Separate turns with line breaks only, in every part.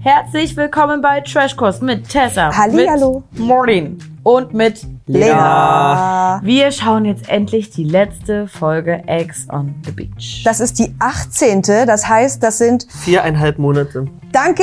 Herzlich willkommen bei Trashkurs mit Tessa,
Hallihallo.
mit Maureen und mit
Lena.
Wir schauen jetzt endlich die letzte Folge Eggs on the Beach.
Das ist die 18. Das heißt, das sind.
Viereinhalb Monate.
Danke,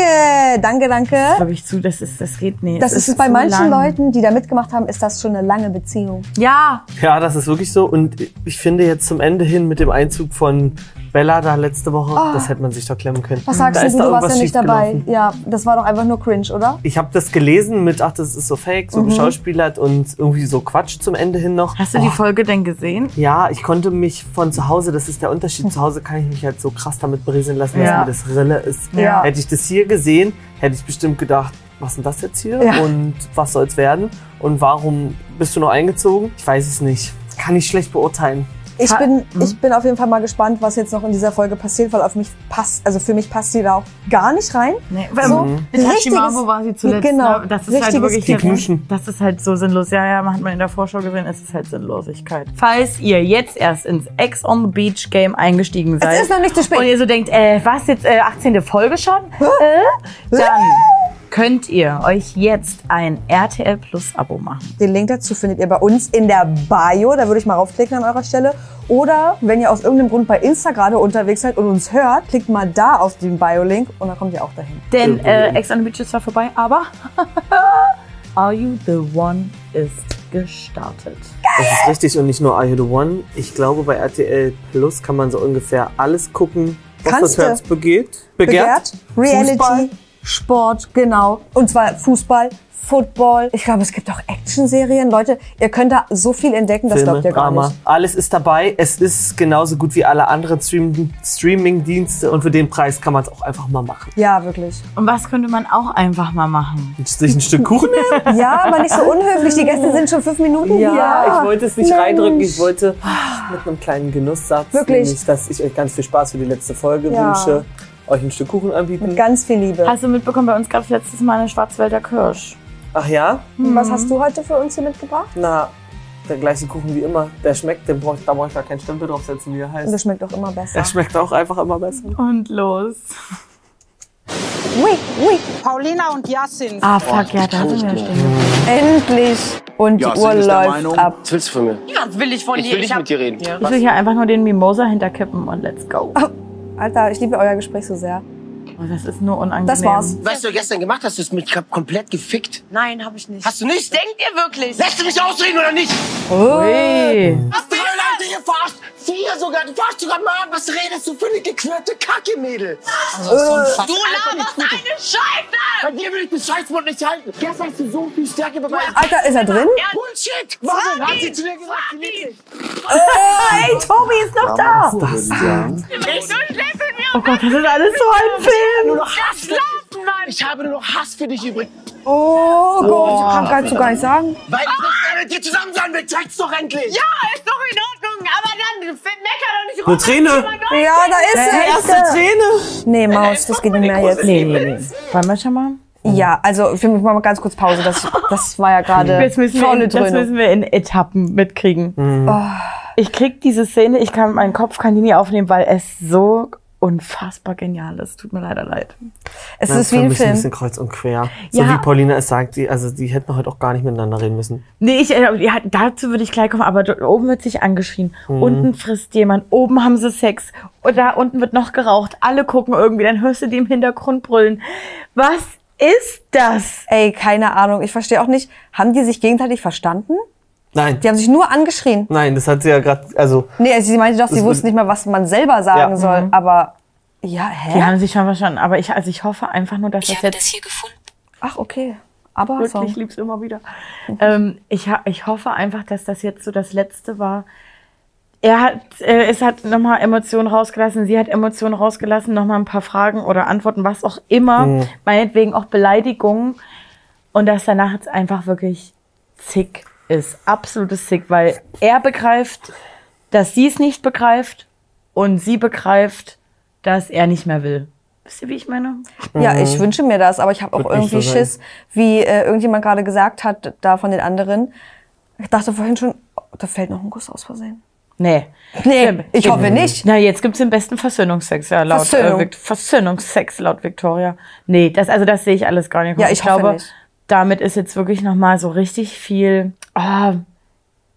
danke, danke.
Glaube ich zu, das ist, das geht nicht.
Das ist bei
zu
manchen
lang.
Leuten, die da mitgemacht haben, ist das schon eine lange Beziehung.
Ja,
Ja, das ist wirklich so. Und ich finde jetzt zum Ende hin mit dem Einzug von Bella da letzte Woche, das hätte man sich doch klemmen können.
Ah. Was sagst
Mhm. da
denn
ist
du?
da
Du warst
irgendwas
ja nicht dabei.
schiefgelaufen.
Ja, das war doch einfach nur cringe, oder?
Ich habe das gelesen mit, ach, das ist so fake,
Mhm.
so geschauspielert und irgendwie so Quatsch zum Ende hin noch. Oh.
hast du
Oh.
die Folge denn gesehen?
Ja, ich konnte mich von zu Hause, das ist der Unterschied, zu Hause kann ich mich halt so krass damit berieseln lassen,
Ja.
dass mir das Rille ist.
Ja.
Hätte ich das hier gesehen, hätte ich bestimmt gedacht, was ist denn das jetzt hier
Ja.
und was soll's werden und warum bist du noch eingezogen? Ich weiß es nicht. Kann ich schlecht beurteilen.
Ich
Ha-
bin, ich bin auf jeden Fall mal gespannt, was jetzt noch in dieser Folge passiert, weil auf mich passt, also für mich passt die da auch gar nicht rein.
Nee,
So,
mit
richtiges-
Hachimaru war sie zuletzt.
genau,
ne? das ist halt
richtiges
wirklich
Die Knuschen.
Das ist halt so sinnlos. Ja, ja, hat man in der Vorschau gesehen, es ist halt Sinnlosigkeit. Falls ihr jetzt erst ins Ex on the Beach Game eingestiegen seid
ist noch nicht zu spät.
und ihr so denkt, äh, was jetzt äh, 18. Folge schon, äh, dann könnt ihr euch jetzt ein RTL Plus Abo machen.
Den Link dazu findet ihr bei uns in der Bio. Da würde ich mal raufklicken an eurer Stelle. Oder wenn ihr aus irgendeinem Grund bei Insta gerade unterwegs seid und uns hört, klickt mal da auf den Bio-Link und dann kommt ihr auch dahin.
Denn äh, Ex on the Beach ist zwar vorbei, aber Are You the One ist gestartet.
Das ist richtig und nicht nur Are You The One. Ich glaube, bei RTL Plus kann man so ungefähr alles gucken, was
Kannst
das Herz
du.
begeht. Begehrt.
Reality,
Fußball.
Sport, genau. Und zwar Fußball, Football. Ich glaube, es gibt auch Actionserien. Leute, ihr könnt da so viel entdecken, das
Filme,
glaubt ihr gar
Drama.
nicht.
Alles ist dabei. Es ist genauso gut wie alle anderen Stream Streaming-Dienste und für den Preis kann man es auch einfach mal machen.
Ja, wirklich.
Und was könnte man auch einfach mal machen?
Und Sich ein Stück Kuchen nehmen?
Ja, aber nicht so unhöflich. Die Gäste sind schon fünf Minuten hier.
ich wollte es nicht
Mensch.
reindrücken. Ich wollte mit einem kleinen Genusssatz,
Wirklich.
nämlich, dass ich euch ganz viel Spaß für die letzte Folge
Ja.
wünsche, euch ein Stück Kuchen anbieten.
Ganz viel Liebe.
Hast du mitbekommen, bei uns gab es letztes Mal eine Schwarzwälder Kirsch.
Ach ja?
Was hast du heute für uns hier mitgebracht?
Na, der gleiche Kuchen wie immer. Der schmeckt, den brauch, da brauche ich gar keinen Stempel draufsetzen, wie er
Das
heißt.
Oh schmeckt doch immer besser.
Er schmeckt auch einfach immer besser.
Und los.
Ui, ui.
Paulina und Yassin.
Ah, fuck, ja, da sind wir stehen.
Endlich. Und die
Ja,
Uhr
sind es der
läuft
Meinung?
ab.
Was willst du von mir?
Was will ich von
Ich will nicht mit dir reden.
Ich will hier einfach nur den Mimosa hinterkippen und let's go.
Oh. Alter, ich liebe euer Gespräch so sehr.
Oh, Das ist nur unangenehm.
Das war's.
Weißt du, was du gestern gemacht hast, du hast mich komplett gefickt.
Nein, habe ich nicht.
Hast du nicht?
Denkt ihr wirklich?
Lässt du mich ausreden oder nicht?
Ui.
Was drei Leute hier verarscht? Vier sogar, du verarschst sogar mal. Was redest du für eine gequirlte Kacke, Mädel?
Also,
Äh,
Du laberst eine Scheiße!
Bei dir will ich den Scheißmund nicht halten. Gestern hast du so viel Stärke beweist.
Alter, ist er drin?
Bullshit! Warum hat sie zu dir gesagt, sie liebt dich?
Ey, Tobi ist noch da.
Oh Gott, das ist alles so ein Film.
Nur noch Hass für dich. Ich habe nur noch Hass für dich übrig.
Oh Gott, ich kann dazu gar nicht sagen.
Weil ich nicht mehr mit dir zusammen sein will. Zeig's doch endlich!
Ah! Ja, ist doch in Ordnung, aber dann meckern doch nicht rum.
Eine Träne!
Ja, da
Äh,
ist er. Erste.
Träne!
Nee, Maus, das geht nicht mehr jetzt.
Nee, nee, nee. Wollen wir schon mal?
Ja, also ich mach mal ganz kurz Pause. Das, das war ja gerade
Das müssen, wir
volle
in, das
Dröhnung.
müssen wir in Etappen mitkriegen. Oh. Ich krieg diese Szene, ich kann meinen Kopf kann die nie aufnehmen, weil es so unfassbar genial ist. Tut mir leider leid.
Es ist wie ein
ein bisschen
Film.
kreuz und quer. So
Ja.
wie Paulina es sagt, die, also die hätten heute auch gar nicht miteinander reden müssen.
Nee, ich, äh, ja, dazu würde ich gleich kommen, aber dort oben wird sich angeschrien. Unten frisst jemand, oben haben sie Sex. Und da unten wird noch geraucht. Alle gucken irgendwie, dann hörst du die im Hintergrund brüllen. Was ist das?
Ey, keine Ahnung. Ich verstehe auch nicht. Haben die sich gegenseitig verstanden?
Nein,
Die haben sich nur angeschrien.
nein, das hat sie ja gerade, also
Nee, also sie meinte doch, sie
Das-
wussten nicht mal, was man selber sagen
Ja.
soll.
Mhm.
Aber ja,
Die
hä?
haben sich schon verstanden, aber ich, also ich hoffe einfach nur, dass das
Ich habe das
jetzt
hier gefunden.
Ach, okay. Aber
wirklich,
Song.
ich lieb's immer wieder. Ähm, ich, ha- ich hoffe einfach, dass das jetzt so das Letzte war. Er hat, äh, es hat nochmal Emotionen rausgelassen, sie hat Emotionen rausgelassen, nochmal ein paar Fragen oder Antworten, was auch immer, meinetwegen auch Beleidigungen. Und dass danach jetzt einfach wirklich zick ist, absolutes zick, weil er begreift, dass sie es nicht begreift und sie begreift, dass er nicht mehr will. Wisst ihr, wie ich meine?
Ja, ich wünsche mir das, aber ich habe auch
Mhm. Wird nicht
irgendwie
so sein.
Schiss, wie äh, irgendjemand gerade gesagt hat, da von den anderen. Ich dachte vorhin schon, oh, da fällt noch ein Kuss aus Versehen.
Nee.
Nee, ich hoffe nicht.
Na, jetzt gibt's den besten Versöhnungsex, ja, laut
Versöhnung.
Äh, Vic- Versöhnungsex laut Victoria. Nee, das, also das sehe ich alles gar nicht. kommen.
Ja, ich hoffe
glaube,
nicht.
damit ist jetzt wirklich nochmal so richtig viel. ah,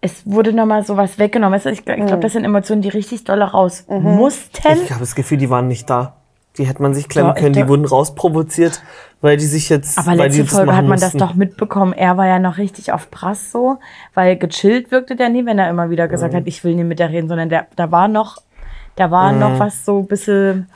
es wurde nochmal sowas weggenommen. Weißt du, Ich, gl- ich glaube,
Mhm.
das sind Emotionen, die richtig doll raus mussten.
Ich habe das Gefühl, die waren nicht da. Die hätte man sich klemmen
Ja, ich
können. Die
glaub-
wurden rausprovoziert, weil die sich jetzt.
Aber
weil die
letzte
das
Folge
machen
hat man das
mussten.
doch mitbekommen. Er war ja noch richtig auf Prass so, weil gechillt wirkte der nie, wenn er immer wieder gesagt
Mhm.
hat, ich will nie mit der reden, sondern der, da war noch, da war
Mhm.
noch was so ein bisschen.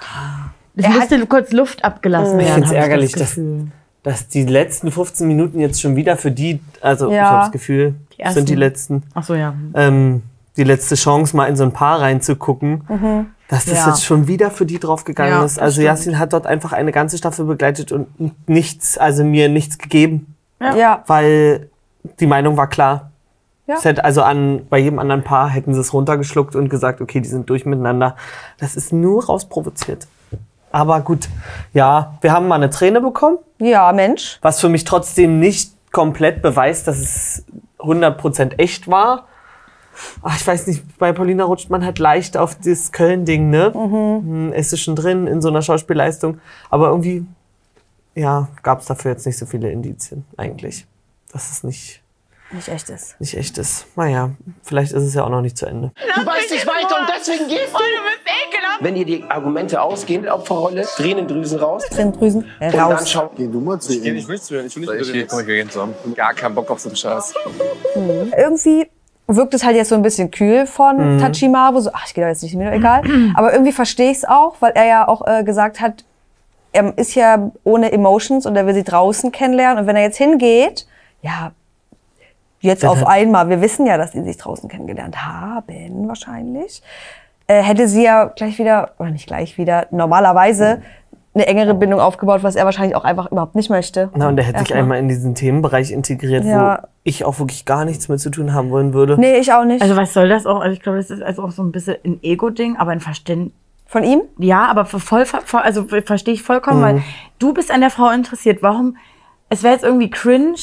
Es musste kurz Luft abgelassen
Ich
werden.
finde es
hab
ärgerlich, dass,
Gefühl.
dass die letzten 15 Minuten jetzt schon wieder für die, also ich
Ja.
habe das Gefühl,
ersten.
sind die letzten,
Ach so, ja.
ähm, die letzte Chance, mal in so ein Paar reinzugucken, dass das
Mhm. Ja.
jetzt schon wieder für die draufgegangen
Ja,
ist.
das
Also Yasin hat dort einfach eine ganze Staffel begleitet und nichts, also mir nichts gegeben,
Ja.
weil die Meinung war klar.
Ja.
Es hätte also an, bei jedem anderen Paar hätten sie es runtergeschluckt und gesagt, okay, die sind durch miteinander. Das ist nur rausprovoziert. Aber gut, ja, wir haben mal eine Träne bekommen.
Ja, Mensch.
Was für mich trotzdem nicht komplett beweist, dass es 100% echt war. Ach, ich weiß nicht, bei Paulina rutscht man halt leicht auf das Köln-Ding, ne?
Mhm.
Hm, Ist es schon drin in so einer Schauspielleistung. Aber irgendwie, ja, gab es dafür jetzt nicht so viele Indizien eigentlich, dass es nicht,
Nicht echt ist.
nicht echt ist. Naja, vielleicht ist es ja auch noch nicht zu Ende.
Du weißt nicht weiter und deswegen gehst
Oh,
du. Wenn ihr die Argumente ausgehen, Opferrolle, Tränendrüsen raus.
Tränendrüsen
Und dann
raus.
schauen.
Geh du mal zu
Ich
ihm.
will nichts hören, ich will nicht
Ich, komm, wir gehen zusammen. Gar keinen Bock auf so einen Scheiß.
Irgendwie wirkt es halt jetzt so ein bisschen kühl von Tachimaru. So, ach, ich gehe da jetzt nicht mehr, egal. Aber irgendwie verstehe ich es auch, weil er ja auch äh, gesagt hat, er ist ja ohne Emotions und er will sie draußen kennenlernen. Und wenn er jetzt hingeht, ja, jetzt auf einmal, wir wissen ja, dass die sich draußen kennengelernt haben, wahrscheinlich, äh, hätte sie ja gleich wieder, oder nicht gleich wieder, normalerweise eine engere Bindung aufgebaut, was er wahrscheinlich auch einfach überhaupt nicht möchte.
Na, und er hätte sich
Erstmal.
einmal in diesen Themenbereich integriert,
Ja.
wo ich auch wirklich gar nichts mit zu tun haben wollen würde.
Nee, ich auch nicht.
Also was soll das auch? Also ich glaube, das ist also auch so ein bisschen ein Ego-Ding, aber ein Verständnis.
Von ihm?
Ja, aber für voll, voll also verstehe ich vollkommen,
Mhm.
weil du bist an der Frau interessiert. Warum? Es wäre jetzt irgendwie cringe,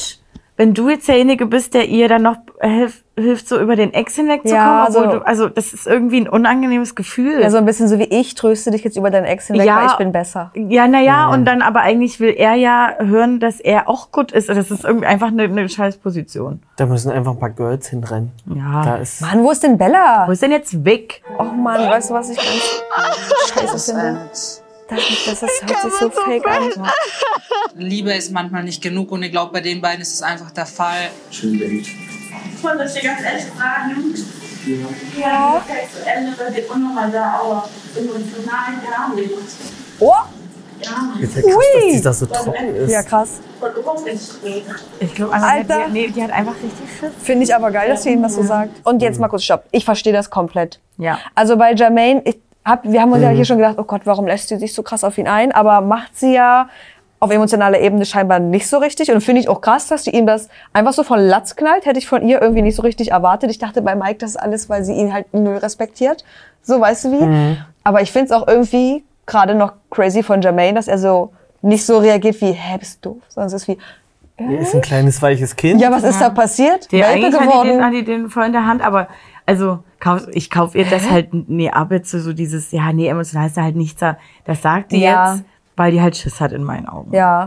wenn du jetzt derjenige bist, der ihr dann noch hilf, hilft, so über den Ex hinwegzukommen.
Ja,
obwohl
so.
du, also das ist irgendwie ein unangenehmes Gefühl.
Ja, so ein bisschen so wie ich tröste dich jetzt über deinen Ex hinweg, weil ich bin besser. Mhm.
Ja, naja, und dann aber eigentlich will er ja hören, dass er auch gut ist. Das ist irgendwie einfach eine, eine scheiß Position.
Da müssen einfach ein paar Girls hinrennen.
Ja.
Da ist
Mann, wo ist denn Bella?
Wo ist denn jetzt Vic?
Och Mann, weißt du, was ich ganz scheiße finde? Das, das, das hört sich so fake an.
Liebe ist manchmal nicht genug und ich glaube, bei den beiden ist es einfach der Fall.
Schön, Baby.
Voll dass ich ganz ehrlich fragen. Ja. Ja, das ändere die Nummer da auch emotional gar nicht.
Oh,
Ist ja krass, dass die da so trocken ist.
ja krass.
Und warum ist es
Ich glaube,
Alter.
Die, nee, die hat einfach richtig Schiss.
Finde ich aber geil, dass sie ihm das so sagt. Und jetzt mal kurz stopp. Ich verstehe das komplett.
Ja.
Also bei Jermaine, ich hab, wir haben uns ja hier schon gedacht, oh Gott, warum lässt sie sich so krass auf ihn ein? Aber macht sie ja auf emotionaler Ebene scheinbar nicht so richtig. Und finde ich auch krass, dass sie ihm das einfach so von Latz knallt. Hätte ich von ihr irgendwie nicht so richtig erwartet. Ich dachte bei Mike, das ist alles, weil sie ihn halt null respektiert. So, weißt du wie? Aber ich finde es auch irgendwie gerade noch crazy von Jermaine, dass er so nicht so reagiert wie, hä, bist du doof? Sondern es ist wie,
Die ist ein kleines weiches Kind.
ja, was ist da passiert?
Die,
Welpe
eigentlich hat die, den,
geworden.
hat die den voll in der Hand, aber also kauf, ich kaufe ihr das halt, nee, ab jetzt so, so dieses, ja, nee, emotional ist da halt nichts da. Das sagt die
Ja.
jetzt, weil die halt Schiss hat in meinen Augen.
Ja.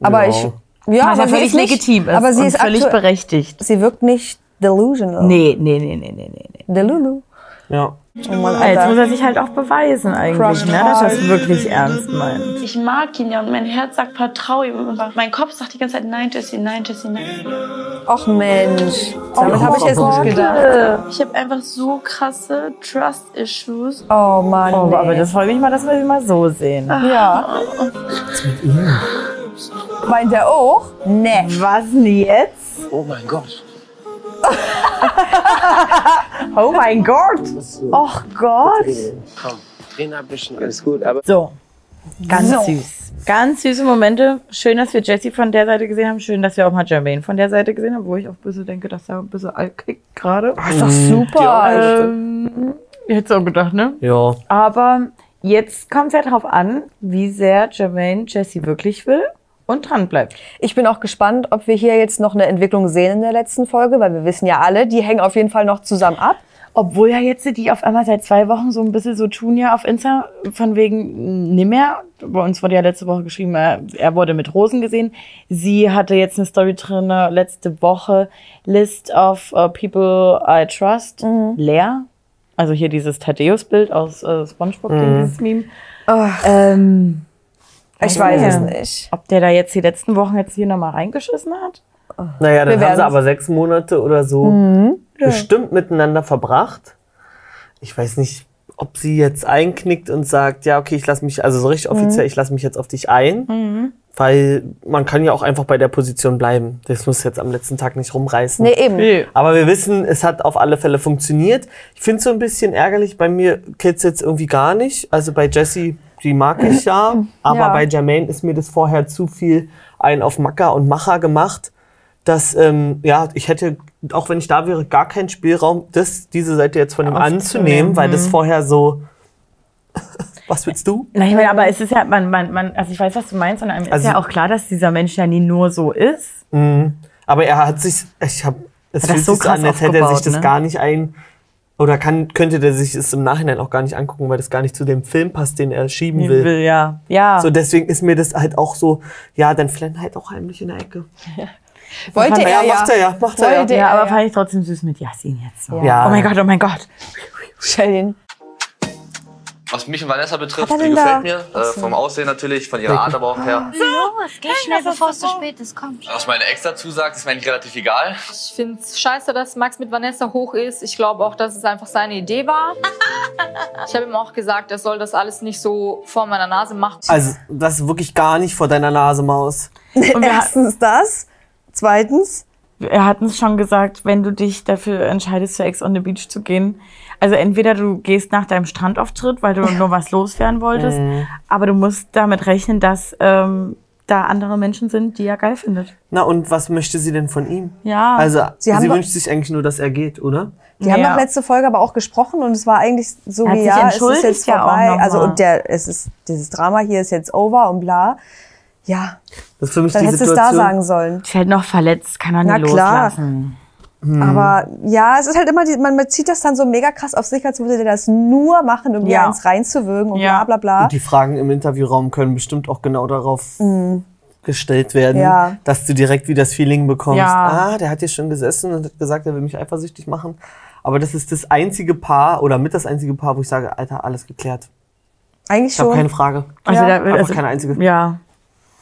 Aber
Mm, ja.
ich, ja,
Was
aber
ja
sie
völlig
ist nicht,
legitim ist
aber sie
und
ist
völlig
aktu-
berechtigt.
sie wirkt nicht delusional.
Nee, nee, nee, nee, nee, nee. nee.
Delulu.
Ja.
Oh Mann,
Jetzt muss
Alter.
er sich halt auch beweisen eigentlich,
Crushed
ne, dass er
heart.
es wirklich ernst meint.
Ich mag ihn ja und mein Herz sagt, vertraue ihm. Aber mein Kopf sagt die ganze Zeit, nein, Jessie, nein, Jessie, nein.
Och Mensch.
Oh,
Damit habe ich jetzt nicht gedacht.
Ich habe einfach so krasse Trust-Issues.
Oh Mann.
Oh,
nee.
aber das freut mich mal, dass wir sie mal so sehen.
ja. Meint er auch? Nee.
Was denn jetzt?
Oh mein Gott.
Oh mein Gott! Och Gott!
Komm, Tränen abwischen, alles gut. Aber
So. Ganz
So.
süß. Ganz süße Momente. Schön, dass wir Jessie von der Seite gesehen haben. Schön, dass wir auch mal Jermaine von der Seite gesehen haben, wo ich auch ein bisschen denke, dass er ein bisschen alt kickt gerade.
Ist
Mhm.
doch super.
Ähm, ich hätte es auch gedacht, ne?
Ja.
Aber jetzt kommt es ja drauf an, wie sehr Jermaine Jessie wirklich will und dran bleibt.
Ich bin auch gespannt, ob wir hier jetzt noch eine Entwicklung sehen in der letzten Folge, weil wir wissen ja alle, die hängen auf jeden Fall noch zusammen ab.
Obwohl ja jetzt die auf einmal seit zwei Wochen so ein bisschen so tun ja auf Insta, von wegen nimmer. Bei uns wurde ja letzte Woche geschrieben, er, er wurde mit Rosen gesehen. Sie hatte jetzt eine Story drin, äh, letzte Woche, List of äh, People I Trust,
Mhm.
leer. Also hier dieses Thaddeus-Bild aus äh, Spongebob,
Mhm.
dieses Meme. Ähm,
Ich weiß es
Ja.
nicht.
ob der da jetzt die letzten Wochen jetzt hier nochmal reingeschissen hat?
Naja, dann
Wir
haben sie
werden's- Mhm.
aber sechs Monate oder so bestimmt miteinander verbracht. Ich weiß nicht, ob sie jetzt einknickt und sagt, ja, okay, ich lasse mich, also so
Mhm.
richtig offiziell, ich lasse mich jetzt auf dich ein. Weil man kann ja auch einfach bei der Position bleiben. Das muss jetzt am letzten Tag nicht rumreißen.
Nee, eben.
Aber wir wissen, es hat auf alle Fälle funktioniert. Ich finde es so ein bisschen ärgerlich, bei mir Kids jetzt irgendwie gar nicht. Also bei Jessie, die mag ich ja, aber
Ja.
bei Jermaine ist mir das vorher zu viel ein auf Macker und Macher gemacht, dass, ähm, ja, ich hätte, auch wenn ich da wäre, gar keinen Spielraum, das, diese Seite jetzt von ihm anzunehmen, weil das vorher so, was willst du?
Na, ich meine, aber es ist ja, man, man, man, also ich weiß, was du meinst, und einem
Also-
ist ja auch klar, dass dieser Mensch ja nie nur so ist.
Aber er hat sich, ich habe, es
Hat das
fühlt
so
sich so an,
krass
als hätte er sich
aufgebaut,
das
ne?
gar nicht ein, oder kann, könnte der sich es im Nachhinein auch gar nicht angucken, weil das gar nicht zu dem Film passt, den er schieben will.
ja. Ja.
So, deswegen ist mir das halt auch so, ja, dann flennt halt auch heimlich in der Ecke.
Wollte
Ja,
er
Ja,
ja.
macht er ja, macht er
Wollte
ja.
ja, aber
ja.
fand ich trotzdem süß mit Yasin jetzt so.
Ja.
Oh mein Gott, oh mein Gott.
Sheldon.
Was mich und Vanessa betrifft,
Hat er
die
denn da-
gefällt mir. Äh, vom Aussehen natürlich, von ihrer Art aber auch her.
Geh schnell, bevor es zu spät ist, komm.
Was meine Ex dazu sagt, ist mir eigentlich relativ egal.
Ich finde es scheiße, dass Max mit Vanessa hoch ist. Ich glaube auch, dass es einfach seine Idee war. Ich habe ihm auch gesagt, er soll das alles nicht so vor meiner Nase machen.
Also, das ist wirklich gar nicht vor deiner Nase, Maus.
Und wir,
Erstens das. Zweitens.
wir hatten es schon gesagt, wenn du dich dafür entscheidest, zu Ex on the Beach zu gehen. Also entweder du gehst nach deinem Strandauftritt, weil du nur was loswerden wolltest, aber du musst damit rechnen, dass ähm, da andere Menschen sind, die er geil findet.
Na, und was möchte sie denn von ihm?
Ja.
Also, sie,
Sie haben doch-
wünscht sich eigentlich nur, dass er geht, oder?
Die haben
Ja.
doch letzte Folge aber auch gesprochen und es war eigentlich so
Er hat
wie
sich
ja, es ist
entschuldigt
jetzt
ja auch
vorbei.
noch mal.
also und der, es ist dieses Drama hier ist jetzt over und bla. Ja,
Das ist für mich
dann
die
hättest du es da sagen
Situation.
sollen.
ist halt noch verletzt, kann er
Na
nicht
klar.
loslassen.
Hm.
Aber ja, es ist halt immer, die, man zieht das dann so mega krass auf sich, als würde der das nur machen, um
Ja.
ja. eins reinzuwirken und
Ja.
bla bla bla.
Und die Fragen im Interviewraum können bestimmt auch genau darauf gestellt werden,
Ja.
dass du direkt wieder das Feeling bekommst,
Ja.
ah, der hat hier schon gesessen und hat gesagt, er will mich eifersüchtig machen. Aber das ist das einzige Paar oder mit das einzige Paar, wo ich sage, Alter, alles geklärt.
Eigentlich
Ich habe keine
schon.
Frage.
Also
Ja.
da,
Einfach
also,
keine einzige.
Ja.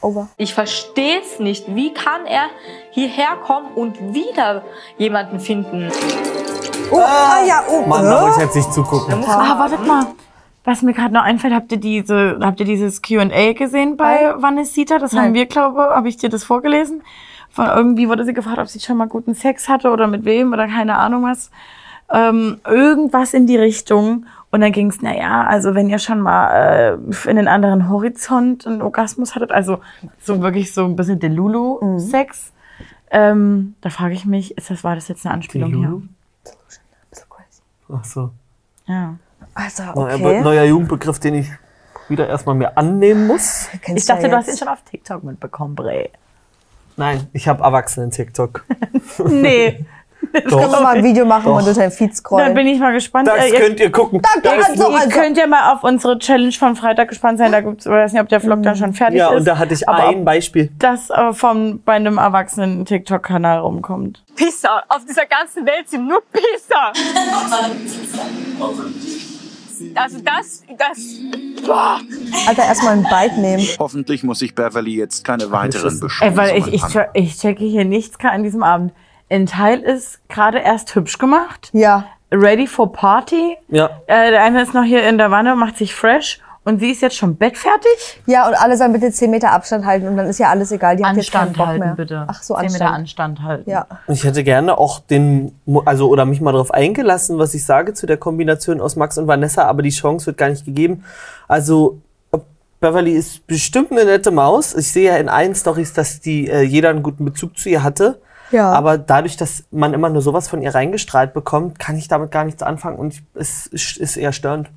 Over.
Ich verstehe es nicht. Wie kann er hierher kommen und wieder jemanden finden?
Oh, ah, ja, oh.
Mann,
äh?
da wollte ich jetzt nicht zugucken.
Ah, wartet mal. Was mir gerade noch einfällt, habt ihr diese, habt ihr dieses Q&A gesehen bei Vanessita? Das haben wir, glaube, habe ich dir das vorgelesen. Von irgendwie wurde sie gefragt, ob sie schon mal guten Sex hatte oder mit wem oder keine Ahnung was. Ähm, irgendwas in die Richtung. Und dann ging's, na naja, also wenn ihr schon mal äh, in den anderen Horizont einen Orgasmus hattet, also so wirklich so ein bisschen Delulu-Sex, ähm, da frage ich mich, ist das, war das jetzt eine Anspielung hier?
Ach so.
Ja.
Also,
Neuer,
okay.
neuer Jugendbegriff, den ich wieder erstmal mir annehmen muss.
Kennst
Ich dachte,
ja
du hast ihn
jetzt.
schon auf TikTok mitbekommen, Bray.
Nein, ich habe Erwachsenen-TikTok.
Nee.
Können wir mal ein Video machen und durch dein Feed
Dann
scrollen.
bin ich mal gespannt.
Das
Äh, ihr,
könnt ihr gucken.
Danke,
Das-
also,
ihr
also.
könnt ja mal auf unsere Challenge von Freitag gespannt sein. Da gibt's, ich weiß nicht, ob der Vlog dann schon fertig
Mhm. Ja,
ist.
und da hatte ich
aber
ein
ob
Beispiel.
das äh, von bei einem erwachsenen TikTok-Kanal rumkommt.
Pisser. Auf dieser ganzen Welt sind nur Pisser. Also das, das
Alter, erstmal ein Bite nehmen.
Hoffentlich muss ich Beverly jetzt keine weiteren
Ey, weil ich,
Beschmutzungen
ich, che- ich checke hier nichts ka- an diesem Abend. Ein Teil ist gerade erst hübsch gemacht.
Ja.
Ready for Party.
Ja.
Äh, der eine ist noch hier in der Wanne, macht sich fresh. Und sie ist jetzt schon bettfertig.
Ja, und alle sollen bitte 10 Meter Abstand halten und dann ist ja alles egal. Die haben jetzt keinen Bock mehr. Ach so,
Zehn
Anstand.
Meter Anstand halten.
Ja.
Ich hätte gerne auch den, Mo- also oder mich mal darauf eingelassen, was ich sage zu der Kombination aus Max und Vanessa, aber die Chance wird gar nicht gegeben. Also ob- Beverly ist bestimmt eine nette Maus. Ich sehe ja in allen Stories, dass die äh, jeder einen guten Bezug zu ihr hatte.
Ja.
Aber dadurch, dass man immer nur sowas von ihr reingestrahlt bekommt, kann ich damit gar nichts anfangen und ich, es ist ist eher störend.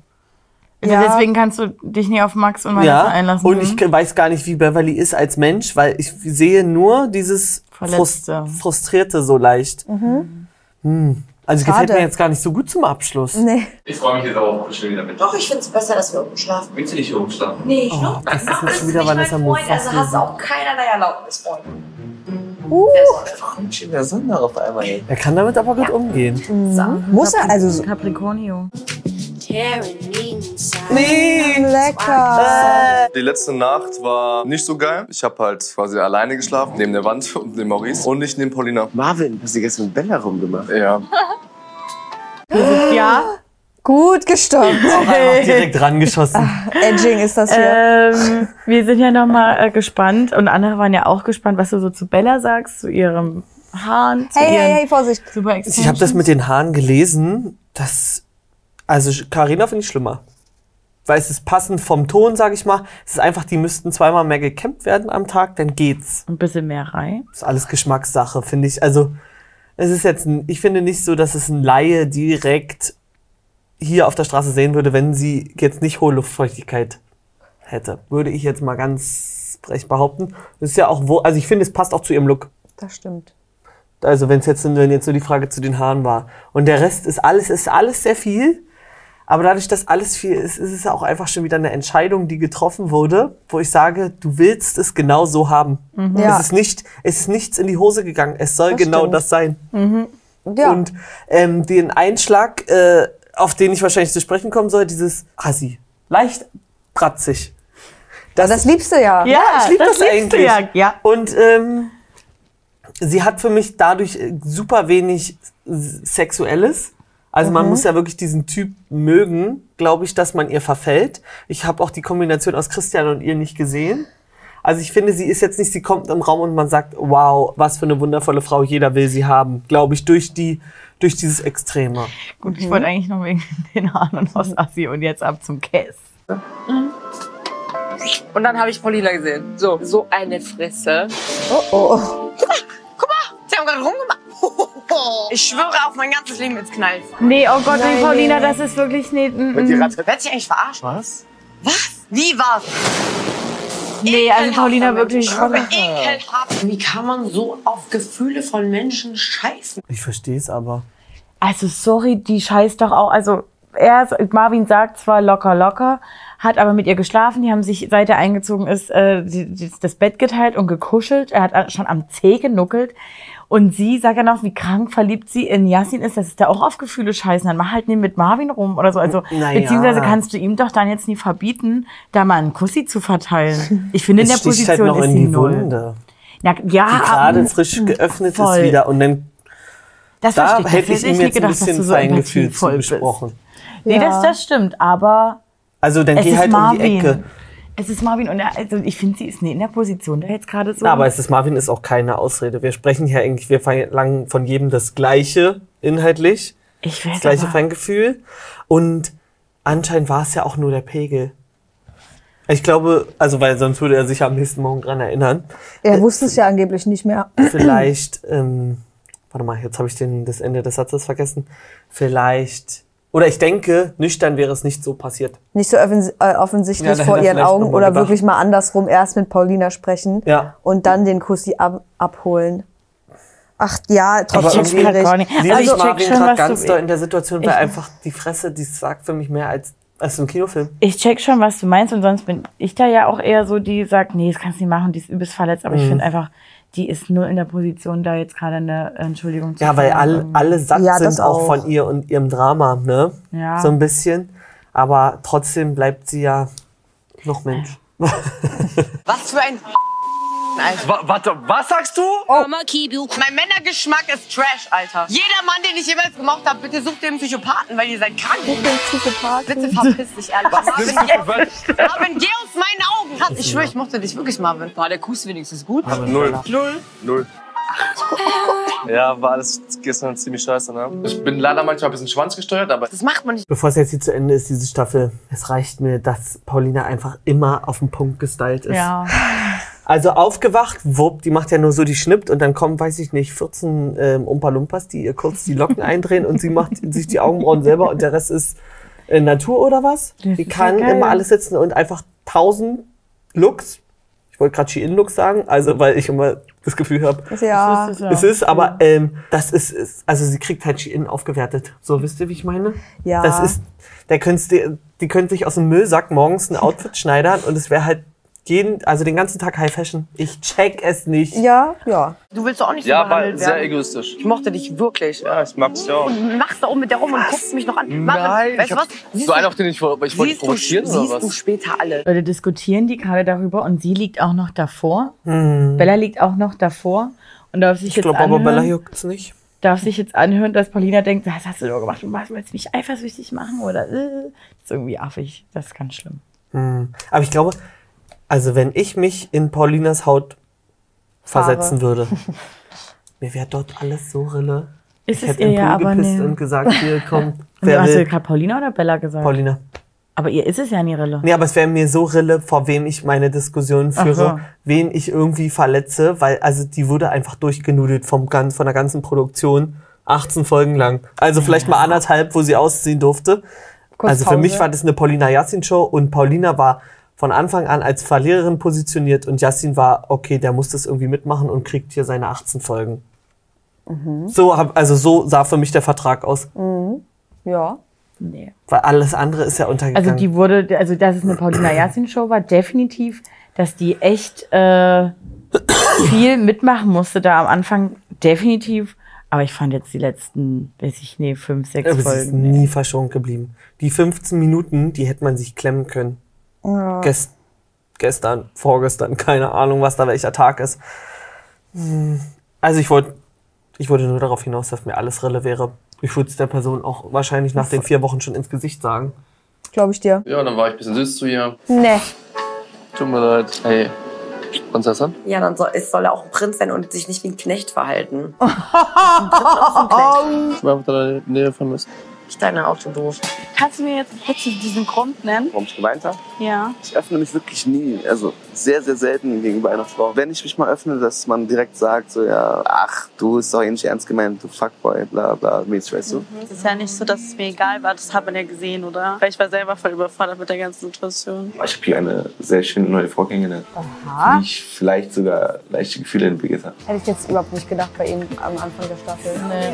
Also
Ja.
Deswegen kannst du dich nie auf Max und Vanessa einlassen. Mhm.
Und ich weiß gar nicht, wie Beverly ist als Mensch, weil ich sehe nur dieses Frust
Verletzte.
Frustrierte so leicht. Hm. Also
Mhm. Schade.
gefällt mir jetzt gar nicht so gut zum Abschluss.
Nee.
Ich freue mich jetzt aber auch schon wieder mit.
Doch, ich finde es besser, dass wir unten schlafen.
Willst du nicht oben schlafen?
Nee, ich
Oh,
noch
das ist
noch
jetzt
bist
schon
du nicht
wieder
mein
Vanessa
Freund,
Moos,
also
was
hast du
denn?
auch keinerlei Erlaubnis, Freund.
Uh.
Kommt schon wieder Sonder auf einmal, ey.
Er kann damit aber gut umgehen.
Muss er also so.
Capricornio.
Nee, lecker.
Die letzte Nacht war nicht so geil. Ich habe halt quasi alleine geschlafen, neben der Wand und neben Maurice und nicht neben Paulina. Marvin, hast du gestern mit Bella rumgemacht? Ja.
Ja.
Gut gestimmt.
Direkt rangeschossen.
Ah. Edging ist das hier.
Ähm, wir sind ja nochmal äh, gespannt und andere waren ja auch gespannt, was du so zu Bella sagst, zu ihrem Haaren, zu
Hey, hey,
ihren
hey, Vorsicht.
Super
Ich habe das mit den Haaren gelesen. Das, also Carina finde ich schlimmer. Weil es ist passend vom Ton, sage ich mal. Es ist einfach, die müssten zweimal mehr gekämmt werden am Tag, dann geht's.
Ein bisschen mehr rein.
Ist alles Geschmackssache, finde ich. Also es ist jetzt, ein, ich finde nicht so, dass es ein Laie direkt hier auf der Straße sehen würde, wenn sie jetzt nicht hohe Luftfeuchtigkeit hätte. Würde ich jetzt mal ganz frech behaupten. Das ist ja auch, wo, also ich finde, es passt auch zu ihrem Look.
Das stimmt.
Also wenn es jetzt, wenn jetzt nur die Frage zu den Haaren war. Und der Rest ist alles, ist alles sehr viel. Aber dadurch, dass alles viel ist, ist es auch einfach schon wieder eine Entscheidung, die getroffen wurde, wo ich sage, du willst es genau so haben.
Mhm. Ja.
Es ist nicht, es ist nichts in die Hose gegangen. Es soll
Das
genau
stimmt.
das sein.
Mhm. Ja.
Und ähm, den Einschlag, äh, auf den ich wahrscheinlich zu sprechen kommen soll, dieses Assi. Leicht pratzig.
Das, das liebst du ja.
Ja, ich liebe das,
liebst
eigentlich.
du ja, ja.
Und ähm, sie hat für mich dadurch äh, super wenig S- Sexuelles. Also man
Mhm.
muss ja wirklich diesen Typ mögen, glaube ich, dass man ihr verfällt. Ich habe auch die Kombination aus Christian und ihr nicht gesehen. Also ich finde, sie ist jetzt nicht, sie kommt im Raum und man sagt, wow, was für eine wundervolle Frau, jeder will sie haben, glaube ich, durch die durch dieses Extreme.
Gut,
Mhm.
ich wollte eigentlich noch wegen den Haaren und aus Assi und jetzt ab zum Käse.
Mhm. Und dann habe ich Paulina gesehen. So, so eine Fresse. Ah,
Oh oh.
Guck mal, sie haben gerade rumgemacht. Ich schwöre auf mein ganzes Leben, jetzt knallt.
Nee, oh Gott,
Nein.
nee, Paulina, das ist wirklich nee. mm,
Wird die
mm.
Ratte- Werd ich eigentlich verarscht? Was? Was? Wie war's?
Nee, also Paulina wirklich.
Ekelhaft. Wie kann man so auf Gefühle von Menschen scheißen?
Ich verstehe es aber.
Also sorry, die scheißt doch auch. Also er, Marvin sagt zwar locker, locker, hat aber mit ihr geschlafen. Die haben sich, seit er eingezogen ist, äh, die, die, das Bett geteilt und gekuschelt. Er hat schon am Zeh genuckelt. Und sie sagt ja noch, wie krank verliebt sie in Yassin ist. Das ist ja auch auf Gefühle scheißen. Dann mach halt nie mit Marvin rum oder so. Also
Naja.
beziehungsweise kannst du ihm doch dann jetzt nie verbieten, da mal einen Kussi zu verteilen. Ich finde in der
Es sticht halt
Position
noch
ist
in
sie
die
null.
Wunde,
Na, ja,
die gerade
aber-
frisch geöffnet
voll.
ist wieder und dann
Das
da
verstehe ich. Das
hätte ich
hätte
ihm
ich
jetzt
nie gedacht,
ein
dass du
bisschen
so
sein Gefühl
empathievoll bist.
zugesprochen.
Nee,
Ja.
das, das stimmt, aber
Also dann
es
geh
ist
halt
Marvin.
um die Ecke.
Es ist Marvin und er, also ich finde, sie ist nie in der Position, da jetzt gerade so.
Na, aber es ist Marvin ist auch keine Ausrede. Wir sprechen hier eigentlich, wir verlangen von jedem das Gleiche inhaltlich.
Ich weiß
Das gleiche
aber-
Feingefühl. Und anscheinend war es ja auch nur der Pegel. Ich glaube, also weil sonst würde er sich am nächsten Morgen dran erinnern.
Er wusste es ja angeblich nicht mehr.
Vielleicht, ähm, warte mal, jetzt habe ich den, das Ende des Satzes vergessen. Vielleicht, oder ich denke, nüchtern wäre es nicht so passiert.
Nicht so offens äh,
Ja,
offensichtlich
da hätte
vor
er
ihren
vielleicht
Augen
noch mal
oder
gedacht.
wirklich mal andersrum erst mit Paulina sprechen
Ja.
und dann den Kussi ab abholen. Ach ja,
Aber
trotzdem
irgendwie
schwierig.
sehe ich
Also,
Marvin gerade ganz doll in der Situation, weil
Ich-
einfach die Fresse, die sagt für mich mehr als, als ein Kinofilm.
ich check schon, was du meinst und sonst bin ich da ja auch eher so, die sagt, nee, das kannst du nicht machen, die ist übelst verletzt, aber ich
Mhm.
finde einfach, die ist nur in der Position, da jetzt gerade eine Entschuldigung zu
Ja, weil alle,
verlangen.
alle satt
Ja, das
sind auch.
auch.
von ihr und ihrem Drama, ne?
Ja.
So ein bisschen. Aber trotzdem bleibt sie ja noch Mensch.
Was für ein Alter.
Warte, was sagst du?
Mein Männergeschmack ist Trash, Alter. Jeder Mann, den ich jemals gemocht habe, bitte sucht den Psychopathen, weil ihr seid krank. Sucht den Psychopathen. Bitte verpiss dich, ehrlich.
Was
Marvin,
bist
geh-
du für-
Marvin, geh aus meinen Augen. Krass, Ich schwöre, ich mochte dich wirklich, Marvin. War der Kuss wenigstens gut?
Null.
Null.
Null. Ja, war alles gestern ziemlich scheiße, ne? Ich bin leider manchmal ein bisschen schwanzgesteuert, aber.
Das macht man nicht.
Bevor es jetzt hier zu Ende ist, diese Staffel, es reicht mir, dass Paulina einfach immer auf den Punkt gestylt ist.
Ja.
Also aufgewacht, wupp, die macht ja nur so, die schnippt und dann kommen, weiß ich nicht, 14 ähm, Umpa-Lumpas, die ihr kurz die Locken eindrehen und sie macht sich die Augenbrauen selber und der Rest ist äh, Natur oder was? die
ist ja
kann
geil.
immer alles sitzen und einfach 1000 Looks. Ich wollte gerade She-In-Look sagen, also weil ich immer das Gefühl habe,
Ja.
es ist, es ist aber ähm, das ist, ist, also sie kriegt halt She-In aufgewertet. So, wisst ihr, wie ich meine?
Ja.
Das ist, der könntest, die könnte sich aus dem Müllsack morgens ein Outfit schneidern und es wäre halt jeden, also den ganzen Tag High Fashion. Ich check es nicht.
Ja, ja.
Du willst doch auch nicht
Ja,
so
aber
behandelt
sehr
werden.
egoistisch.
Ich mochte dich wirklich.
Ja, ich mag dich auch.
Und machst da oben mit der rum und guckst mich noch an. Mach-
Nein,
weißt
ich
du
hab,
was?
so einen, auf den ich, vor- ich wollte
siehst du-
provozieren oder
siehst
was?
du später alle.
Leute diskutieren die gerade darüber und sie liegt auch noch davor.
Hm.
Bella liegt auch noch davor und darf sich
Ich
jetzt
glaube aber,
anhören.
Bella juckt's nicht.
Darf sich jetzt anhören, dass Paulina denkt, das hast du doch gemacht, du machst- willst mich eifersüchtig machen oder äh. Das ist irgendwie affig. Das ist ganz schlimm.
Hm. Aber ich glaube, also wenn ich mich in Paulinas Haut versetzen
Farbe.
würde, mir wäre dort alles so Rille.
Ist
ich
es
hätte
ihr
in den
ja,
Pool
aber
gepisst
nee.
und gesagt, hier, komm,
Wer hast
wer
also
du
will.
gerade Paulina oder Bella gesagt?
Paulina.
Aber ihr ist es ja nie Rille.
Nee, aber es wäre mir so Rille, vor wem ich meine Diskussion führe,
Aha.
wen ich irgendwie verletze, weil also die wurde einfach durchgenudelt vom, gan- von der ganzen Produktion, 18 Folgen lang. Also vielleicht mal anderthalb, wo sie ausziehen durfte.
Kurz
also für mich
Pause.
war das eine Paulina Yassin Show und Paulina war von Anfang an als Verliererin positioniert und Yassin war, okay, der muss das irgendwie mitmachen und kriegt hier seine 18 Folgen. So hab, also so sah für mich der Vertrag aus,
Mhm. Ja.
Nee.
weil alles andere ist ja untergegangen.
Also die wurde, also dass es eine Paulina Yasin Show war, definitiv, dass die echt äh, viel mitmachen musste da am Anfang, definitiv. Aber ich fand jetzt die letzten, weiß ich nee, fünf, sechs
Aber sie ist
Folgen.
nie verschont geblieben. Die 15 Minuten, die hätte man sich klemmen können.
Ja.
Ges gestern, vorgestern, keine Ahnung, was da welcher Tag ist. Hm. Also ich wollte, ich wollte nur darauf hinaus, dass mir alles Rille wäre. Ich würde es der Person auch wahrscheinlich nach den vier Wochen schon ins Gesicht sagen.
Glaube ich dir.
Ja, dann war ich ein bisschen süß zu ihr.
Nee.
Tut mir leid. Hey, Prinzessin?
Ja, dann soll, es soll er auch ein Prinz sein und sich nicht wie ein Knecht verhalten.
Ich war einfach deine Nähe vermisst.
Steiner auch so doof.
Kannst du mir jetzt bitte diesen Grund nennen?
Warum ich geweint habe?
Ja.
Ich öffne mich wirklich nie, also sehr, sehr selten gegenüber einer Frau. Wenn ich mich mal öffne, dass man direkt sagt, so ja, ach, du ist doch eh nicht ernst gemeint, du Fuckboy, bla bla, mäßig, weißt du?
Es ist ja nicht so, dass es mir egal war. Das hat man ja gesehen, oder? Weil ich war selber voll überfordert mit der ganzen Situation.
Ich habe hier eine sehr schöne neue Frau kennengelernt,
Aha.
die ich vielleicht sogar leichte Gefühle entwickelt habe.
Hätte ich jetzt überhaupt nicht gedacht bei ihm am Anfang der Staffel. Nee.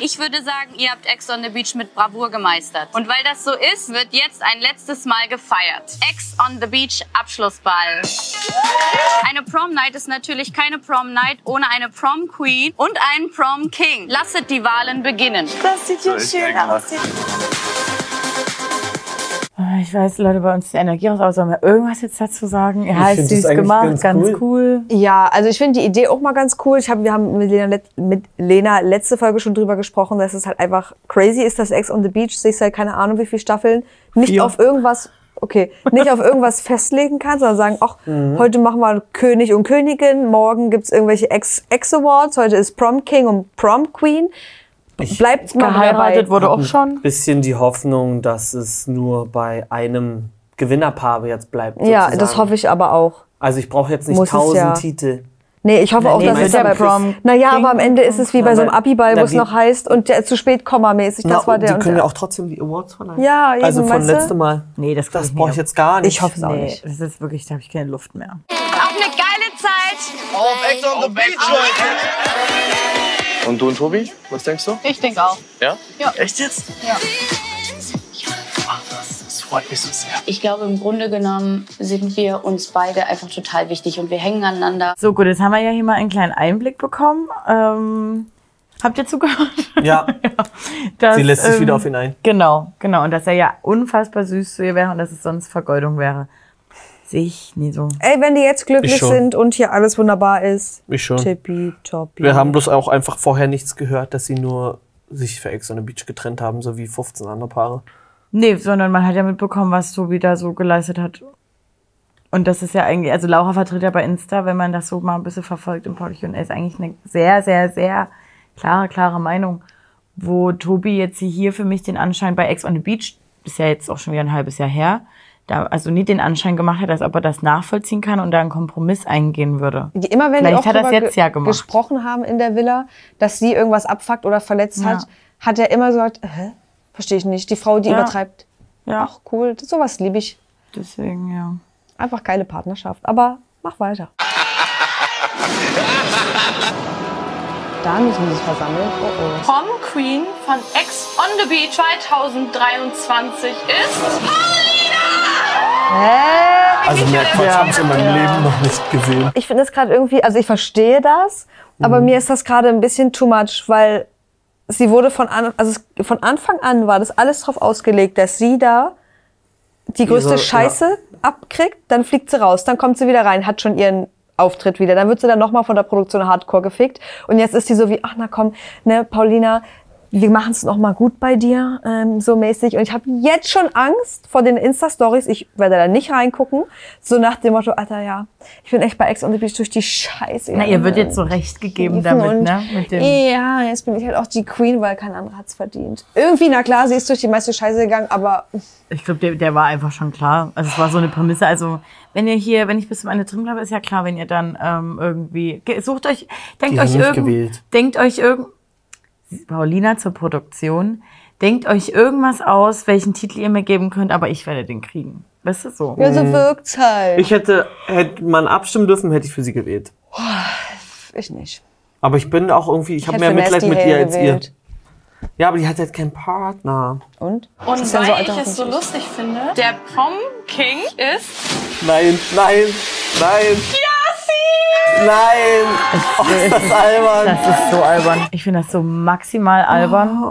Ich würde sagen, ihr habt Ex on the Beach mit Bravour gemeistert. Und weil das so ist, wird jetzt ein letztes Mal gefeiert. Ex on the Beach Abschlussball. Eine Prom Night ist natürlich keine Prom Night ohne eine Prom Queen und einen Prom King. Lasset die Wahlen beginnen. Das sieht
ja So, ich schön denke mal. aus.
Ah, Ich weiß, Leute, bei uns ist die Energie raus, aber sollen wir irgendwas jetzt dazu sagen?
Ich
Ja,
find
ist
das
süß
eigentlich
gemacht,
ganz
ganz,
cool.
cool.
Ja, also ich finde die Idee auch mal ganz cool. Ich hab, wir haben mit Lena, let- mit Lena letzte Folge schon drüber gesprochen, dass es halt einfach crazy ist, dass Ex on the Beach sich seit keine Ahnung wie viel Staffeln nicht
Vier.
auf irgendwas, okay, nicht auf irgendwas festlegen kann, sondern sagen, ach,
Mhm.
heute machen wir König und Königin, morgen gibt's irgendwelche Ex, Ex Awards, heute ist Prom King und Prom Queen. Bleibt mal
geheiratet
dabei.
wurde auch schon.
Ein bisschen die Hoffnung, dass es nur bei einem Gewinnerpaar jetzt bleibt.
Ja,
sozusagen.
das hoffe ich aber auch.
Also ich brauche jetzt nicht
Muss es
tausend
ja.
Titel.
Nee, ich hoffe
Nein,
auch,
nee,
dass
meinst
es
du
dabei
aber Prom
Naja, aber am Ende ist es wie bei so einem
Na, weil-
Abi-Ball, wo
na,
es
wie-
noch heißt und der zu spät komma mäßig. Das
Na,
war
und
der
die
und
können
der.
ja auch trotzdem die Awards verleihen.
Ja, eben,
Also von
weißt du?
letztem Mal.
Nee, das,
das brauche ich jetzt gar nicht.
Ich hoffe es auch nicht. Das ist wirklich, da habe ich keine Luft mehr.
Auf eine geile Zeit. Auf Ex on the Beach,
Und du und Tobi, was denkst du?
Ich denke auch.
Ja?
Ja.
Echt jetzt?
Ja.
Das freut mich so sehr.
Ich glaube, im Grunde genommen sind wir uns beide einfach total wichtig und wir hängen aneinander.
So gut, jetzt haben wir ja hier mal einen kleinen Einblick bekommen. Ähm, habt ihr zugehört?
Ja.
Dass,
Sie lässt sich
ähm,
wieder auf ihn ein.
Genau, genau. Und dass er ja unfassbar süß zu ihr wäre und dass es sonst Vergeudung wäre. Sehe ich nie so.
Ey, wenn die jetzt glücklich
Ich schon.
sind und hier alles wunderbar ist.
Ich schon.
Tippitoppi.
Wir haben bloß auch einfach vorher nichts gehört, dass sie nur sich für Ex on the Beach getrennt haben, so wie 15 andere Paare.
Nee, sondern man hat ja mitbekommen, was Tobi da so geleistet hat. Und das ist ja eigentlich, also Laura vertritt ja bei Insta, wenn man das so mal ein bisschen verfolgt im Podcast, ist eigentlich eine sehr, sehr, sehr klare, klare Meinung. Wo Tobi jetzt hier für mich den Anschein bei Ex on the Beach, ist ja jetzt auch schon wieder ein halbes Jahr her, da also nie den Anschein gemacht hat, als ob er das nachvollziehen kann und da einen Kompromiss eingehen würde.
Die Immer wenn die
Vielleicht
auch
hat er es
drüber
jetzt
ge-
ja gemacht.
gesprochen haben in der Villa, dass sie irgendwas abfuckt oder verletzt hat,
Ja.
hat er immer gesagt, hä? Verstehe ich nicht. Die Frau, die
Ja.
übertreibt.
Ja.
Ach cool, sowas liebe ich.
Deswegen, ja.
Einfach geile Partnerschaft. Aber mach weiter. Da müssen sie sich versammeln. Oh oh.
Prom Queen von Ex on the Beach 2023 ist Paulina!
Also mehr Quatsch habe ich in meinem Leben noch nicht gesehen.
Ich finde das gerade irgendwie, also ich verstehe das, aber mir ist das gerade ein bisschen too much, weil sie wurde von, an, also es- von Anfang an war das alles darauf ausgelegt, dass sie da die größte
Ihre-
Scheiße abkriegt, dann fliegt sie raus, dann kommt sie wieder rein, hat schon ihren Auftritt wieder, dann wird sie dann nochmal von der Produktion Hardcore gefickt und jetzt ist sie so wie, ach na komm, ne, Paulina, wir machen es nochmal gut bei dir, ähm, so mäßig und ich habe jetzt schon Angst vor den Insta-Stories, ich werde da nicht reingucken, so nach dem Motto, Alter, ja, ich bin echt bei Ex on the Beach durch die Scheiße.
Na, ihr wird jetzt so
gegangen."
recht gegeben damit,
Und
ne? Mit dem
ja, jetzt bin ich halt auch die Queen, weil kein anderer hat's verdient. Irgendwie, na klar, sie ist durch die meiste Scheiße gegangen, aber
Ich glaube, der, der war einfach schon klar. Also es war so eine Prämisse. Also wenn ihr hier, wenn ich bis zum Ende drin bleibe, ist ja klar, wenn ihr dann ähm, irgendwie ge- sucht euch, denkt
Die haben
euch
mich
irgend,
gewählt.
denkt euch irgend, Paulina zur Produktion, denkt euch irgendwas aus, welchen Titel ihr mir geben könnt, aber ich werde den kriegen. Weißt du so?
ja, so wirkt's halt.
Ich hätte, hätte man abstimmen dürfen, hätte ich für sie gewählt.
ich nicht.
Aber ich bin auch irgendwie, ich habe
hätte
mehr
für
Mitleid
Nasty
mit
Hale
ihr als ihr.
gewählt.
Ja, aber die hat halt keinen Partner.
Und?
Und weil ich es so lustig finde, der Prom King ist
Nein, nein, nein,
Yassi!
nein. Oh, ist das albern.
Das ist so albern. Ich finde das so maximal albern.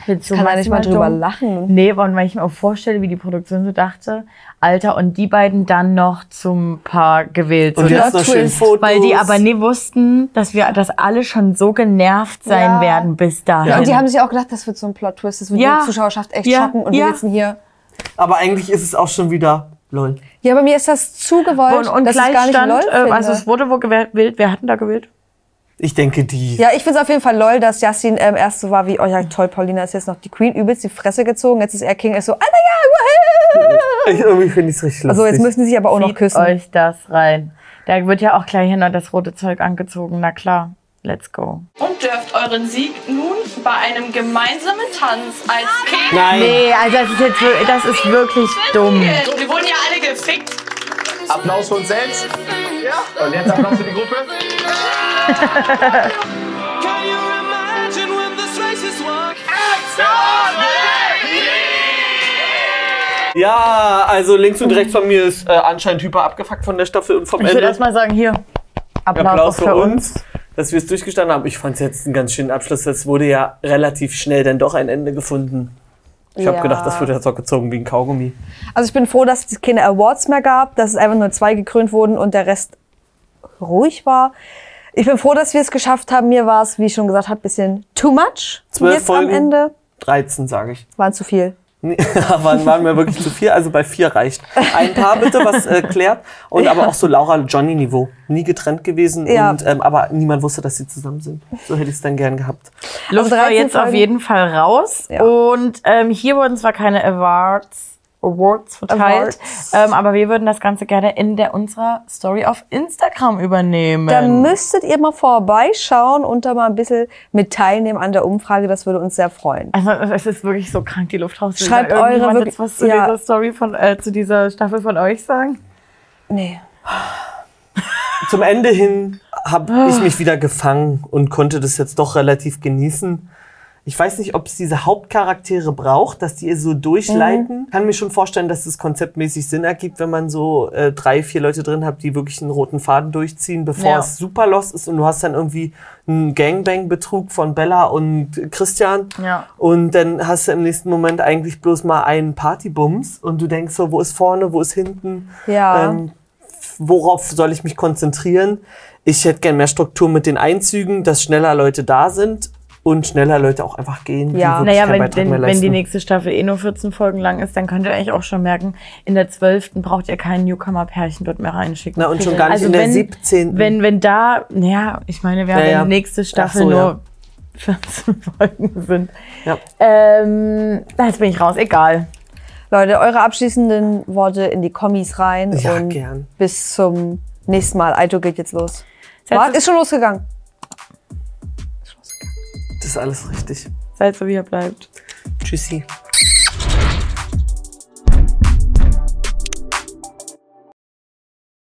Ich find's
Kann man nicht mal
maximal
drüber
dumm.
lachen.
Nee, und weil ich mir auch vorstelle, wie die Produktion so dachte, Alter, und die beiden dann noch zum Paar gewählt.
Und
So,
jetzt
ne?
noch schön Fotos.
Weil die aber nie wussten, dass wir, dass alle schon so genervt sein
Ja.
werden bis dahin.
Und die haben sich auch gedacht, das wird so ein Plot-Twist, das wird
Ja.
die Zuschauerschaft echt
Ja.
schocken und
Ja.
wir sitzen hier.
Aber eigentlich ist es auch schon wieder lol.
Ja, bei mir ist das zu gewollt,
und, und
dass
gleich
ich gar nicht
stand,
lol
äh,
finde.
also es wurde wo gewählt, wer hatten da gewählt?
Ich denke, die.
ja, ich find's auf jeden Fall lol, dass Yassin ähm, erst so war wie, oh ja toll, Paulina ist jetzt noch die Queen, übelst die Fresse gezogen, jetzt ist er King, ist so, Alter, ja, woohoo!
Ich, irgendwie finde ich es richtig lustig.
Also jetzt müssen sie sich aber auch noch küssen.
euch das rein. Da wird ja auch gleich hier noch das rote Zeug angezogen. Na klar, let's go.
und dürft euren Sieg nun bei einem gemeinsamen Tanz als King.
Nee, also das ist jetzt wir- das ist wirklich dumm.
Wir wurden ja alle gefickt.
Applaus für uns selbst. Ja. Und jetzt Applaus für die Gruppe.
Ja, also links und rechts von mir ist äh, anscheinend hyper abgefuckt von der Staffel und vom
Ich würde
Ende.
erst mal sagen, hier. Applaus,
Applaus
auch
für uns, dass wir es durchgestanden haben. Ich fand es jetzt einen ganz schönen Abschluss. Das wurde ja relativ schnell dann doch ein Ende gefunden. Ich habe
Ja.
gedacht, das wird jetzt auch gezogen wie ein Kaugummi.
Also ich bin froh, dass es keine Awards mehr gab, dass es einfach nur zwei gekrönt wurden und der Rest ruhig war. Ich bin froh, dass wir es geschafft haben. Mir war es, wie ich schon gesagt habe, ein bisschen too much.
Zwölf
jetzt
Folgen.
am Ende
13, sage ich.
waren zu viel.
Nee, waren, waren wir wirklich zu vier? Also bei vier reicht. Ein paar bitte, was äh, klärt. Und
Ja.
aber auch so Laura-Johnny-Niveau. Nie getrennt gewesen.
Ja.
Und, ähm, aber niemand wusste, dass sie zusammen sind. So hätte ich es dann gern gehabt.
Luft war
13
jetzt auf
Folgen.
jeden Fall raus. Und ähm, hier wurden zwar keine Awards, Awards verteilt, Ähm, aber wir würden das Ganze gerne in der unserer Story auf Instagram übernehmen.
Da
Ähm.
müsstet ihr mal vorbeischauen und da mal ein bisschen mit teilnehmen an der Umfrage. Das würde uns sehr freuen.
also es ist wirklich so krank, die Luft raus. Will
Schreibt
da irgendjemand
eure
jetzt
wirklich-
was zu
ja.
dieser Story von äh, zu dieser Staffel von euch sagen?
Nee.
Zum Ende hin
Ah.
habe ich mich wieder gefangen und konnte das jetzt doch relativ genießen. Ich weiß nicht, ob es diese Hauptcharaktere braucht, dass die ihr so durchleiten.
Mhm.
Kann mir schon vorstellen, dass es konzeptmäßig Sinn ergibt, wenn man so äh, drei, vier Leute drin hat, die wirklich einen roten Faden durchziehen, bevor
Ja.
es super los ist und du hast dann irgendwie einen Gangbang-Betrug von Bella und Christian.
Ja.
Und dann hast du im nächsten Moment eigentlich bloß mal einen Partybums und du denkst so, wo ist vorne, wo ist hinten?
Ja.
Ähm, worauf soll ich mich konzentrieren? Ich hätte gern mehr Struktur mit den Einzügen, dass schneller Leute da sind und schneller Leute auch einfach gehen,
Ja,
die wirklich
naja,
keinen
wenn,
Beitrag
wenn,
mehr
wenn
leisten.
die nächste Staffel eh nur 14 Folgen lang ist, dann könnt ihr eigentlich auch schon merken, in der 12. braucht ihr kein Newcomer-Pärchen dort mehr reinschicken.
Na, und schon gar nicht in der 17..
Wenn, wenn da, naja, ich meine, wir haben
Ja, ja.
die nächste Staffel
Ach so,
nur
ja.
14 Folgen sind.
Ja.
Ähm, na, jetzt bin ich raus, egal.
Leute, eure abschließenden Worte in die Kommis rein
Ja,
und
gern.
bis zum nächsten Mal. Aito geht jetzt los.
Setz
Wart,
es-
ist schon losgegangen.
Das ist alles richtig.
Seid so, wie ihr bleibt.
Tschüssi.